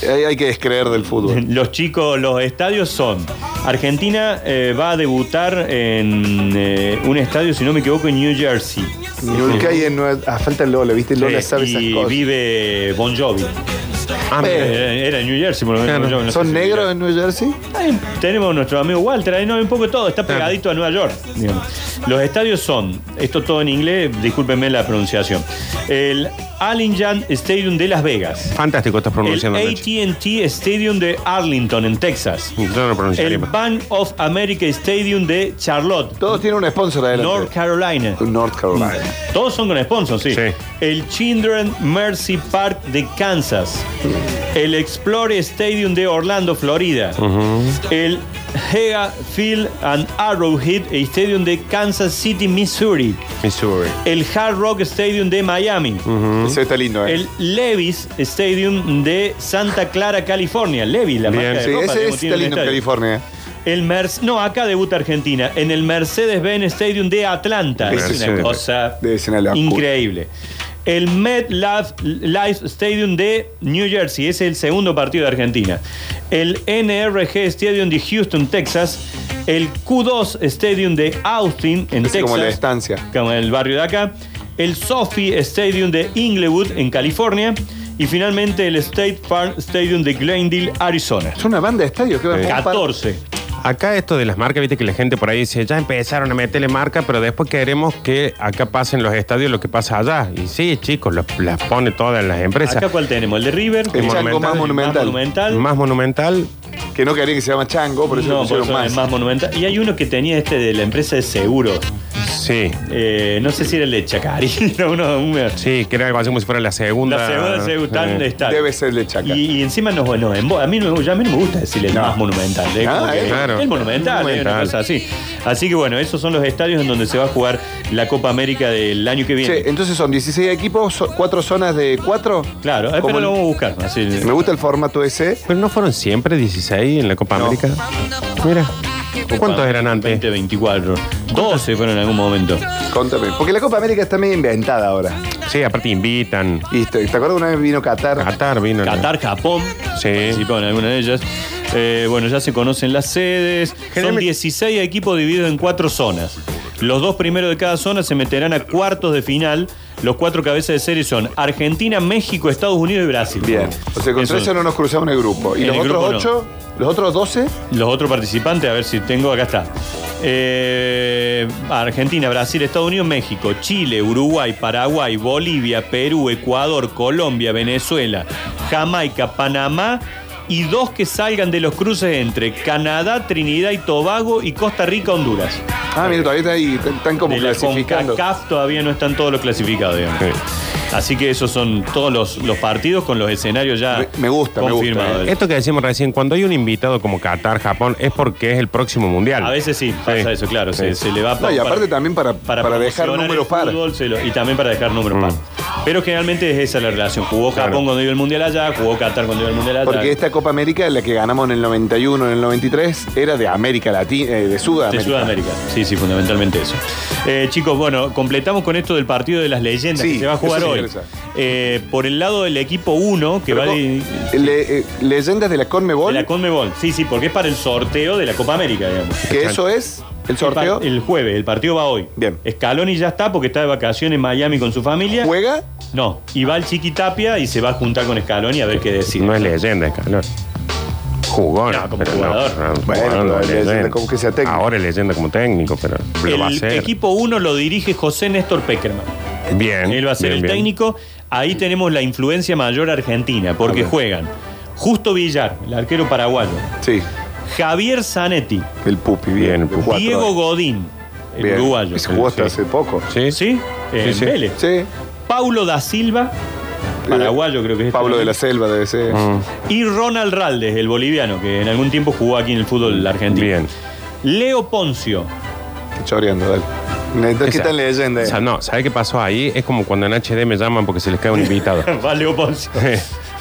[SPEAKER 3] Eh, Hay, hay que descreer del fútbol.
[SPEAKER 1] Los chicos, los estadios son. Argentina eh, va a debutar en eh, un estadio, si no me equivoco, en New Jersey.
[SPEAKER 3] Nunca hay en Nueva- Ah, falta Lola, ¿viste? Lola
[SPEAKER 1] Eh,
[SPEAKER 3] sabe esas
[SPEAKER 1] y
[SPEAKER 3] cosas.
[SPEAKER 1] vive Bon Jovi.
[SPEAKER 2] Ah, mira.
[SPEAKER 3] Eh,
[SPEAKER 1] Era, era en New Jersey, por lo menos.
[SPEAKER 2] Claro.
[SPEAKER 1] Bon Jovi, no sé
[SPEAKER 3] ¿Son
[SPEAKER 1] si-
[SPEAKER 3] negros en New Jersey?
[SPEAKER 1] Ahí tenemos nuestro amigo Walter, ahí no hay un poco de todo, está pegadito a Nueva York. digamos. Los estadios son, esto todo en inglés, discúlpenme la pronunciación, el Allianz Stadium de Las Vegas,
[SPEAKER 2] Fantástico, estás
[SPEAKER 1] el
[SPEAKER 2] pronunciando. Nacho.
[SPEAKER 1] AT&T Stadium de Arlington, en Texas,
[SPEAKER 2] Yo no pronunciaría.
[SPEAKER 1] el Bank of America Stadium de Charlotte,
[SPEAKER 3] Todos tienen un sponsor adelante.
[SPEAKER 1] North Carolina.
[SPEAKER 3] North Carolina.
[SPEAKER 1] Todos son con sponsors, sí.
[SPEAKER 2] Sí.
[SPEAKER 1] El Children Mercy Park de Kansas. El Explore Stadium de Orlando, Florida. El Hega Field and Arrowhead Stadium de Kansas City, Missouri.
[SPEAKER 2] Missouri.
[SPEAKER 1] El Hard Rock Stadium de Miami.
[SPEAKER 3] Ese está lindo, ¿eh?
[SPEAKER 1] El Levis Stadium de Santa Clara, California. Levis, la
[SPEAKER 2] Bien.
[SPEAKER 1] marca de
[SPEAKER 3] sí,
[SPEAKER 1] ropa,
[SPEAKER 3] ese
[SPEAKER 1] digamos,
[SPEAKER 3] es-
[SPEAKER 1] tiene
[SPEAKER 3] está
[SPEAKER 1] un
[SPEAKER 3] lindo en
[SPEAKER 1] estadio.
[SPEAKER 3] California. ¿eh?
[SPEAKER 1] El Merce- no, acá debuta Argentina, en el Mercedes-Benz Stadium de Atlanta. Es una
[SPEAKER 2] Mercedes.
[SPEAKER 1] cosa
[SPEAKER 3] Debe ser una locura.
[SPEAKER 1] increíble. El MetLife Life Stadium de New Jersey, ese es el segundo partido de Argentina. El NRG Stadium de Houston, Texas. El Q2 Stadium de Austin, en
[SPEAKER 3] Ese
[SPEAKER 1] Texas.
[SPEAKER 3] como la estancia.
[SPEAKER 1] Como el barrio de acá. El Sophie Stadium de Inglewood, en California. Y finalmente el State Farm Stadium de Glendale, Arizona.
[SPEAKER 3] Es una banda de estadios que va a jugar.
[SPEAKER 1] 14.
[SPEAKER 2] Acá esto de las marcas, viste que la gente por ahí dice, ya empezaron a meterle marca, pero después queremos que acá pasen los estadios lo que pasa allá. Y sí, chicos, los- las pone todas las empresas.
[SPEAKER 1] Acá cuál tenemos, el de River, que
[SPEAKER 3] El
[SPEAKER 1] es
[SPEAKER 3] Chango más
[SPEAKER 1] más
[SPEAKER 2] Monumental,
[SPEAKER 3] monumental.
[SPEAKER 1] monumental.
[SPEAKER 2] Más monumental,
[SPEAKER 3] Que no querían que se llama Chango, por eso
[SPEAKER 1] no,
[SPEAKER 3] lo
[SPEAKER 1] por
[SPEAKER 3] pusieron
[SPEAKER 1] eso
[SPEAKER 3] más.
[SPEAKER 1] es más monumental. Y hay uno que tenía este de la empresa de seguros.
[SPEAKER 2] sí.
[SPEAKER 1] Eh, no sé si era el de Chacarita, uno, un-
[SPEAKER 2] Sí, que era algo así como si fuera la segunda.
[SPEAKER 1] la segunda se
[SPEAKER 2] Eh,
[SPEAKER 1] tan está.
[SPEAKER 3] Debe ser de Chaca.
[SPEAKER 1] Y, y encima nos, nos embo- a mí no, me- ya a mí no me gusta decirle el
[SPEAKER 3] No.
[SPEAKER 1] más monumental. es
[SPEAKER 3] Ah,
[SPEAKER 1] como que
[SPEAKER 3] eh,
[SPEAKER 2] claro.
[SPEAKER 1] El monumental, es una
[SPEAKER 2] Monumental.
[SPEAKER 1] cosa así. Así que bueno, esos son los estadios en donde se va a jugar la Copa América del año que viene.
[SPEAKER 3] Che, entonces son 16 equipos, so- cuatro zonas de cuatro.
[SPEAKER 1] claro, eh,
[SPEAKER 3] Como
[SPEAKER 1] pero
[SPEAKER 3] el-
[SPEAKER 1] lo vamos a buscar. así-
[SPEAKER 3] Me gusta el formato ese.
[SPEAKER 2] Pero no fueron siempre 16 en la Copa
[SPEAKER 3] No.
[SPEAKER 2] América. Mira,
[SPEAKER 1] Copa
[SPEAKER 2] ¿cuántos eran antes?
[SPEAKER 1] 20, 24. 12 fueron en algún momento.
[SPEAKER 3] Contame. Porque la Copa América está medio inventada ahora.
[SPEAKER 2] Sí, aparte invitan.
[SPEAKER 3] Y te, ¿te acuerdas una vez vino Qatar?
[SPEAKER 1] Ah,
[SPEAKER 2] Qatar vino. ¿no?
[SPEAKER 1] Qatar, Japón.
[SPEAKER 2] Sí.
[SPEAKER 1] Participó en alguna de ellas. Eh, bueno, ya se conocen las sedes. Son
[SPEAKER 2] Generalmente-
[SPEAKER 1] 16 equipos divididos en cuatro zonas. Los dos primeros de cada zona se meterán a cuartos de final. Los cuatro cabezas de serie son Argentina, México, Estados Unidos y Brasil.
[SPEAKER 3] Bien. O sea, con
[SPEAKER 1] Eso-
[SPEAKER 3] eso no nos cruzamos en el grupo. ¿Y
[SPEAKER 1] En
[SPEAKER 3] los
[SPEAKER 1] el
[SPEAKER 3] otros
[SPEAKER 1] grupo no.
[SPEAKER 3] ocho? ¿Los otros doce?
[SPEAKER 1] Los otros participantes, a ver si tengo, acá está. Eh, Argentina, Brasil, Estados Unidos, México, Chile, Uruguay, Paraguay, Bolivia, Perú, Ecuador, Colombia, Venezuela, Jamaica, Panamá y dos que salgan de los cruces entre Canadá, Trinidad y Tobago y Costa Rica, Honduras.
[SPEAKER 3] Ah, mira, todavía está ahí, están- están como
[SPEAKER 1] de la
[SPEAKER 3] clasificando.
[SPEAKER 1] CONCACAF todavía no están todos los clasificados, digamos.
[SPEAKER 2] Sí.
[SPEAKER 1] Así que esos son todos los, los partidos con los escenarios ya
[SPEAKER 3] Me- me gusta, eh. me gusta,
[SPEAKER 1] confirmados.
[SPEAKER 2] Esto que decimos recién, cuando hay un invitado como Qatar, Japón, es porque es el próximo mundial.
[SPEAKER 1] A veces sí, pasa
[SPEAKER 2] Sí.
[SPEAKER 1] eso, claro. Se,
[SPEAKER 2] Sí.
[SPEAKER 1] se le va
[SPEAKER 3] No, y aparte también para- para dejar
[SPEAKER 1] promocionar
[SPEAKER 3] números
[SPEAKER 1] el
[SPEAKER 3] par. Mm.
[SPEAKER 1] fútbol, se lo- y también para dejar números par. Pero generalmente es esa la relación. Jugó
[SPEAKER 2] Claro.
[SPEAKER 1] Japón cuando iba el Mundial allá, jugó Qatar cuando iba el Mundial allá.
[SPEAKER 3] Porque esta Copa América, la que ganamos en el 91, en el 93, era de América Latina, eh, de
[SPEAKER 1] de
[SPEAKER 3] Sudamérica.
[SPEAKER 1] Sudamérica. Sí, sí, fundamentalmente eso. Eh, chicos, bueno, completamos con esto del partido de las leyendas
[SPEAKER 3] Sí,
[SPEAKER 1] que se va a jugar
[SPEAKER 3] eso me
[SPEAKER 1] hoy.
[SPEAKER 3] interesa.
[SPEAKER 1] Eh, por el lado del equipo 1, que va
[SPEAKER 3] Pero co-
[SPEAKER 1] de,
[SPEAKER 3] le- eh, leyendas de la
[SPEAKER 1] de
[SPEAKER 3] Conmebol,
[SPEAKER 1] la Conmebol. Sí, sí, porque es para el sorteo de la Copa América, digamos.
[SPEAKER 3] que eso es el sorteo.
[SPEAKER 1] El jueves, el partido va hoy.
[SPEAKER 3] Bien.
[SPEAKER 1] Scaloni ya está porque está de vacaciones en Miami con su familia.
[SPEAKER 3] Juega
[SPEAKER 1] No, y va el Chiquitapia y se va a juntar con Scaloni a ver qué decide.
[SPEAKER 2] No es leyenda, Calor. Jugón.
[SPEAKER 1] No, como
[SPEAKER 2] pero
[SPEAKER 1] jugador.
[SPEAKER 2] no,
[SPEAKER 3] Bueno,
[SPEAKER 2] jugón,
[SPEAKER 3] pero
[SPEAKER 2] no es
[SPEAKER 3] leyenda como que sea técnico.
[SPEAKER 2] Ahora es leyenda como técnico, pero pero lo va a
[SPEAKER 1] el
[SPEAKER 2] ser.
[SPEAKER 1] equipo 1 lo dirige José Néstor Peckerman.
[SPEAKER 2] bien.
[SPEAKER 1] Él va a ser
[SPEAKER 2] bien,
[SPEAKER 1] el
[SPEAKER 2] bien.
[SPEAKER 1] técnico. Ahí tenemos la influencia mayor argentina, porque
[SPEAKER 2] A ver.
[SPEAKER 1] juegan Justo Villar, el arquero paraguayo,
[SPEAKER 3] Sí,
[SPEAKER 1] Javier Zanetti,
[SPEAKER 3] el Pupi,
[SPEAKER 2] Bien,
[SPEAKER 3] bien. de
[SPEAKER 2] Pupi.
[SPEAKER 3] cuatro.
[SPEAKER 1] Diego Godín, el
[SPEAKER 3] Bien.
[SPEAKER 1] uruguayo. Este
[SPEAKER 3] Se jugó hasta
[SPEAKER 2] Sí.
[SPEAKER 3] hace poco.
[SPEAKER 2] Sí.
[SPEAKER 1] ¿Sí? En
[SPEAKER 2] sí.
[SPEAKER 1] Vélez.
[SPEAKER 3] Sí.
[SPEAKER 1] Paulo da Silva, paraguayo creo que es. este
[SPEAKER 3] Pablo de la
[SPEAKER 1] nombre.
[SPEAKER 3] Selva debe ser.
[SPEAKER 2] Mm,
[SPEAKER 1] Y Ronald Raldes, el boliviano, que en algún tiempo jugó aquí en el fútbol argentino.
[SPEAKER 2] Bien.
[SPEAKER 1] Leo Poncio,
[SPEAKER 3] Choreando, dale. Necesitas
[SPEAKER 2] Esa-
[SPEAKER 3] quitar leyenda. eh.
[SPEAKER 2] O sea, no, ¿sabes qué pasó ahí? Es como cuando en HD me llaman porque se les cae un invitado.
[SPEAKER 1] va Leo Poncio.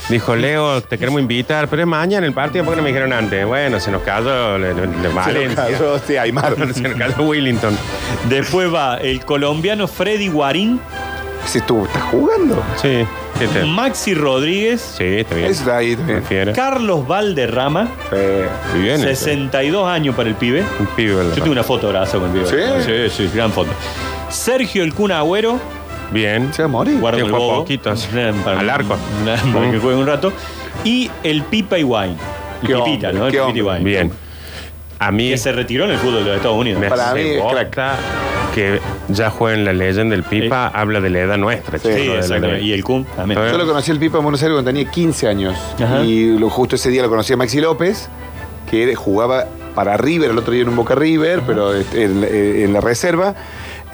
[SPEAKER 2] Dijo, Leo, te queremos invitar, pero es mañana el partido, ¿por qué no me dijeron antes? Bueno, se nos cayó le, le- le-
[SPEAKER 3] Se lo
[SPEAKER 2] Valencia.
[SPEAKER 3] cayó, hostia, Aymar.
[SPEAKER 2] se nos cayó Willington.
[SPEAKER 1] Después va el colombiano Freddy Guarín,
[SPEAKER 3] Si tú estás jugando.
[SPEAKER 2] Sí, sí, está,
[SPEAKER 1] Maxi Rodríguez,
[SPEAKER 2] sí, está bien.
[SPEAKER 3] Eso está ahí también.
[SPEAKER 2] Prefiero.
[SPEAKER 1] Carlos Valderrama,
[SPEAKER 3] Eh,
[SPEAKER 2] Y viene,
[SPEAKER 1] 62 años para el pibe.
[SPEAKER 2] Un pibe, ¿verdad?
[SPEAKER 1] Yo tengo una foto abrazo con el pibe.
[SPEAKER 3] ¿Sí?
[SPEAKER 1] sí, gran foto. Sergio el Kun Agüero,
[SPEAKER 2] Bien.
[SPEAKER 3] se va a morir.
[SPEAKER 1] guarda
[SPEAKER 2] Que
[SPEAKER 1] el
[SPEAKER 2] juega
[SPEAKER 1] bobo.
[SPEAKER 2] poquito, así,
[SPEAKER 1] Para-
[SPEAKER 2] al arco.
[SPEAKER 1] Para que juegue un rato. Y el Pipa Iguain. El
[SPEAKER 3] Qué
[SPEAKER 1] Pipita,
[SPEAKER 3] hombre,
[SPEAKER 1] ¿no? El
[SPEAKER 3] qué
[SPEAKER 1] Pipita
[SPEAKER 3] hombre.
[SPEAKER 1] Higuaín.
[SPEAKER 2] Bien. A mí
[SPEAKER 1] Que se retiró en el fútbol de los Estados Unidos.
[SPEAKER 2] me
[SPEAKER 3] Para mí
[SPEAKER 2] hace
[SPEAKER 3] es
[SPEAKER 2] bosta que ya juega en la leyenda del Pipa, habla de la edad nuestra.
[SPEAKER 3] Sí,
[SPEAKER 2] chico,
[SPEAKER 1] Sí,
[SPEAKER 2] de la
[SPEAKER 1] exactamente.
[SPEAKER 2] ley.
[SPEAKER 1] Y el Kun también.
[SPEAKER 2] Sí.
[SPEAKER 3] Yo lo conocí el Pipa en Buenos Aires cuando tenía 15 años.
[SPEAKER 1] Ajá.
[SPEAKER 3] Y lo- justo ese día lo conocí a Maxi López, que era- jugaba para River el otro día en un Boca River, pero este, en, eh, en la reserva.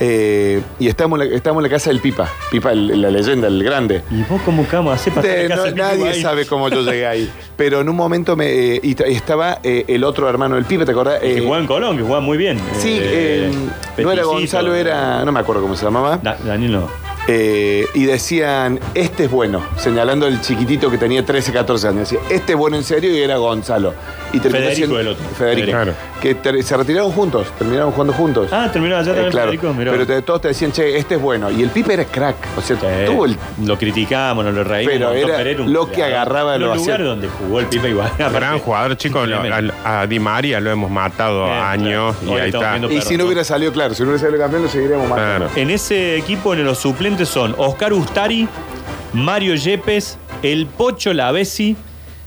[SPEAKER 3] Eh, y estábamos en, la, estábamos en la casa del Pipa. Pipa, el- la leyenda, el grande.
[SPEAKER 1] ¿Y vos cómo cama? Hace pasar
[SPEAKER 3] Este,
[SPEAKER 1] la casa
[SPEAKER 3] no-
[SPEAKER 1] del Pipa
[SPEAKER 3] nadie
[SPEAKER 1] Higuaín.
[SPEAKER 3] sabe cómo yo llegué ahí. Pero en un momento me, eh, y t- y estaba eh, el otro hermano del Pipa, ¿te acordás?
[SPEAKER 1] Que
[SPEAKER 3] Eh,
[SPEAKER 1] juega en Colón, que juega muy bien.
[SPEAKER 3] sí,
[SPEAKER 1] Eh,
[SPEAKER 3] eh, no era
[SPEAKER 1] Peticito.
[SPEAKER 3] Gonzalo, era. No me acuerdo cómo se llamaba.
[SPEAKER 1] Da- Daniel no.
[SPEAKER 3] Eh, y decían, este es bueno, señalando al chiquitito que tenía 13, 14 años. Decía, este es bueno en serio y era Gonzalo. Y terminó
[SPEAKER 1] Federico el otro.
[SPEAKER 3] Federico.
[SPEAKER 2] Claro.
[SPEAKER 3] Que ter- se retiraron juntos, terminaron jugando juntos.
[SPEAKER 1] Ah, terminó allá
[SPEAKER 3] Eh,
[SPEAKER 1] también
[SPEAKER 3] claro.
[SPEAKER 1] Federico, mirá.
[SPEAKER 3] Pero te- todos te decían, che, este es bueno. Y el Pipe era crack. O sea,
[SPEAKER 1] Sí.
[SPEAKER 3] tuvo el.
[SPEAKER 1] Lo criticamos, nos lo reímos.
[SPEAKER 3] Pero
[SPEAKER 1] un montón,
[SPEAKER 3] era
[SPEAKER 1] un
[SPEAKER 3] lo que
[SPEAKER 1] goleador.
[SPEAKER 3] agarraba, lo
[SPEAKER 1] Los
[SPEAKER 3] hacía.
[SPEAKER 1] lugares donde jugó el Pipa igual.
[SPEAKER 2] Gran jugador, chicos. lo- a, a Di María lo hemos matado
[SPEAKER 1] Bien,
[SPEAKER 2] años
[SPEAKER 1] claro.
[SPEAKER 2] y
[SPEAKER 1] Hoy
[SPEAKER 2] ahí
[SPEAKER 1] estamos
[SPEAKER 2] está.
[SPEAKER 1] viendo-
[SPEAKER 3] Y si no
[SPEAKER 1] ¿no?
[SPEAKER 3] hubiera salido, claro, si no hubiera salido campeón, lo seguiríamos más.
[SPEAKER 2] Claro.
[SPEAKER 1] En ese equipo en los suplentes son Oscar Ustari, Mario Yepes, El Pocho Lavesi,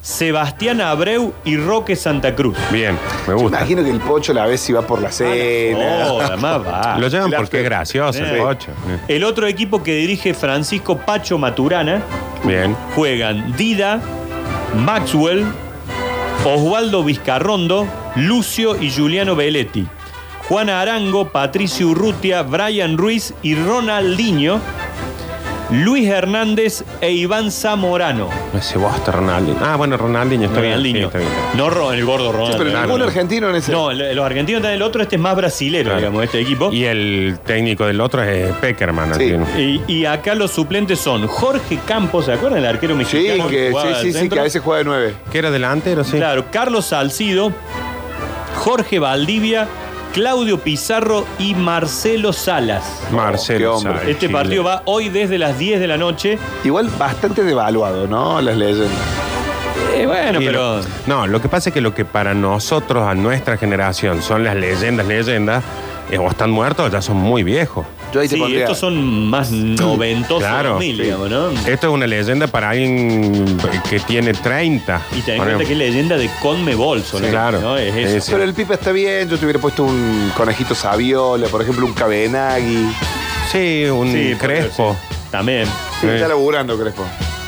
[SPEAKER 1] Sebastián Abreu y Roque Santa Cruz.
[SPEAKER 2] Bien, me
[SPEAKER 3] Me
[SPEAKER 2] gusta.
[SPEAKER 3] imagino que el pocho la vez si va
[SPEAKER 1] Ah,
[SPEAKER 3] por la cena.
[SPEAKER 1] Oh, además va.
[SPEAKER 2] Lo llaman
[SPEAKER 3] el
[SPEAKER 2] porque es
[SPEAKER 3] after.
[SPEAKER 2] gracioso, el
[SPEAKER 1] Eh.
[SPEAKER 2] pocho.
[SPEAKER 1] El otro equipo que dirige Francisco Pacho Maturana
[SPEAKER 2] Bien.
[SPEAKER 1] juegan Dida, Maxwell, Osvaldo Vizcarrondo, Lucio y Juliano Belletti. Juana Arango, Patricio Urrutia, Brian Ruiz y Ronaldinho. Luis Hernández e Iván Zamorano.
[SPEAKER 2] No sé vos, Ronaldinho. Ah, bueno, Ronaldinho, está
[SPEAKER 1] Ronaldinho.
[SPEAKER 2] bien. sí, está bien.
[SPEAKER 1] No Ro- el gordo
[SPEAKER 3] Sí,
[SPEAKER 1] Ronaldinho.
[SPEAKER 3] pero
[SPEAKER 2] claro.
[SPEAKER 3] ningún argentino en ese.
[SPEAKER 1] No, lo- los argentinos están en el otro, este es más brasilero,
[SPEAKER 2] Claro.
[SPEAKER 1] digamos, este equipo. Y,
[SPEAKER 2] Y el técnico del otro es Peckerman.
[SPEAKER 3] Sí.
[SPEAKER 2] entiendo.
[SPEAKER 1] y acá los suplentes son Jorge Campos, ¿se acuerdan? El arquero
[SPEAKER 3] Sí,
[SPEAKER 1] mexicano.
[SPEAKER 3] que,
[SPEAKER 1] jugaba
[SPEAKER 3] sí,
[SPEAKER 1] al
[SPEAKER 3] sí, sí,
[SPEAKER 1] centro.
[SPEAKER 3] que a veces juega de nueve.
[SPEAKER 2] Que era delantero, sí.
[SPEAKER 1] Claro, Carlos Salcido, Jorge Valdivia, Claudio Pizarro y Marcelo Salas.
[SPEAKER 2] Marcelo.
[SPEAKER 3] Oh, qué hombre.
[SPEAKER 2] Sáenz,
[SPEAKER 1] Este
[SPEAKER 2] Chile.
[SPEAKER 1] partido va hoy desde las 10 de la noche.
[SPEAKER 3] Igual bastante devaluado, ¿no? Las leyendas.
[SPEAKER 1] Eh, bueno,
[SPEAKER 2] Y
[SPEAKER 1] pero...
[SPEAKER 2] lo- no, lo que pasa es que lo que para nosotros, a nuestra generación, son las leyendas, leyendas, eh, o están muertos o ya son muy viejos.
[SPEAKER 3] Yo ahí te
[SPEAKER 1] Sí,
[SPEAKER 3] pondría-
[SPEAKER 1] estos son más noventosos,
[SPEAKER 2] Claro,
[SPEAKER 1] 2000,
[SPEAKER 2] sí.
[SPEAKER 1] digamos, ¿no?
[SPEAKER 2] Esto es una leyenda para alguien que tiene 30.
[SPEAKER 1] Y ten en
[SPEAKER 2] Ponemos.
[SPEAKER 1] cuenta que es leyenda de Conmebol, solamente,
[SPEAKER 2] claro.
[SPEAKER 1] ¿no? Es eso.
[SPEAKER 2] Es-
[SPEAKER 3] Pero el Pipa está bien, yo te hubiera puesto un conejito sabiola, por ejemplo, un cabenagui.
[SPEAKER 2] Sí, un
[SPEAKER 1] Sí,
[SPEAKER 2] Crespo.
[SPEAKER 1] porque- También.
[SPEAKER 3] Sí,
[SPEAKER 2] Sí.
[SPEAKER 3] Está laburando, Crespo.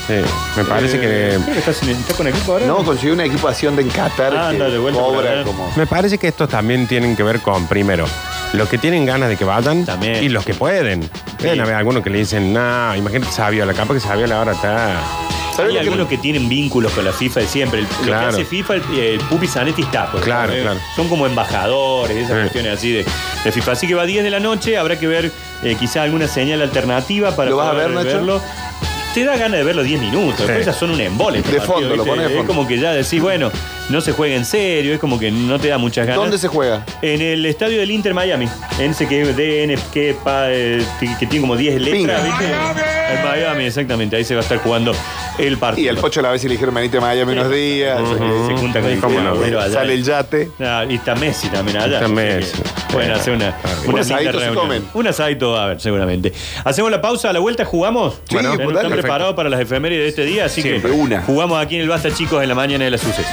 [SPEAKER 2] Sí, me parece
[SPEAKER 1] Eh, creo
[SPEAKER 2] que.
[SPEAKER 1] que está, sin- está con equipo ahora.
[SPEAKER 3] No, consiguió una equipación de en Qatar
[SPEAKER 1] Ah,
[SPEAKER 3] que
[SPEAKER 1] anda, de vuelta para
[SPEAKER 3] cobra
[SPEAKER 1] allá.
[SPEAKER 3] como.
[SPEAKER 2] Me parece que estos también tienen que ver con, primero, los que tienen ganas de que vayan
[SPEAKER 1] También.
[SPEAKER 2] y los que pueden. Deben haber algunos que le dicen, no, imagínate Sabio, la capa que Sabio ahora está.
[SPEAKER 3] ¿Sabes
[SPEAKER 1] Hay
[SPEAKER 3] lo que-
[SPEAKER 1] algunos que tienen vínculos con la FIFA de siempre. El, Lo que
[SPEAKER 2] Claro.
[SPEAKER 1] hace FIFA, el, el Pupi Zanetti está. por
[SPEAKER 2] Claro,
[SPEAKER 1] ejemplo, ¿eh?
[SPEAKER 2] claro.
[SPEAKER 1] Son como embajadores, esas
[SPEAKER 2] Sí.
[SPEAKER 1] cuestiones así de, de FIFA. Así que va a 10 de la noche, habrá que ver eh, quizá alguna señal alternativa para
[SPEAKER 3] ¿Lo vas a
[SPEAKER 1] poder
[SPEAKER 3] ver, Nacho?
[SPEAKER 1] verlo. Te da ganas de verlo 10 minutos,
[SPEAKER 2] Sí.
[SPEAKER 1] después ya son un embole. este
[SPEAKER 3] De
[SPEAKER 1] partido,
[SPEAKER 3] fondo, lo
[SPEAKER 1] ¿viste?
[SPEAKER 3] pones de
[SPEAKER 1] Es
[SPEAKER 3] fondo.
[SPEAKER 1] como que ya decís, bueno, no se juega en serio, es como que no te da muchas ganas.
[SPEAKER 3] ¿Dónde se juega?
[SPEAKER 1] En el estadio del Inter Miami. En ese que es DN, que, pa- eh, que- que tiene como 10 letras,
[SPEAKER 3] Pinga.
[SPEAKER 1] ¿viste? En Miami, exactamente. Ahí se va a estar jugando el partido.
[SPEAKER 3] Y el Pocho a la vez le dijeron venite a Miami unos días.
[SPEAKER 1] Ujú. Se junta con el
[SPEAKER 2] ¿Cómo no?
[SPEAKER 1] futbolero allá.
[SPEAKER 3] Sale el yate.
[SPEAKER 1] Ah, y está Messi también allá.
[SPEAKER 2] Está
[SPEAKER 1] así que
[SPEAKER 2] Messi.
[SPEAKER 1] Pueden
[SPEAKER 2] Eh,
[SPEAKER 1] hacer una,
[SPEAKER 2] claro.
[SPEAKER 1] una
[SPEAKER 3] Un
[SPEAKER 1] linda
[SPEAKER 3] asadito se
[SPEAKER 1] reunión.
[SPEAKER 3] comen.
[SPEAKER 1] Un asadito va a haber, seguramente. Hacemos la pausa, a la vuelta jugamos.
[SPEAKER 3] Sí,
[SPEAKER 1] Ya no
[SPEAKER 3] dale,
[SPEAKER 1] están
[SPEAKER 3] perfecto.
[SPEAKER 1] preparados para las efemérides de este día, así
[SPEAKER 2] Siempre.
[SPEAKER 1] que
[SPEAKER 3] Una.
[SPEAKER 1] jugamos aquí en el Basta Chicos en la mañana de las sucesos.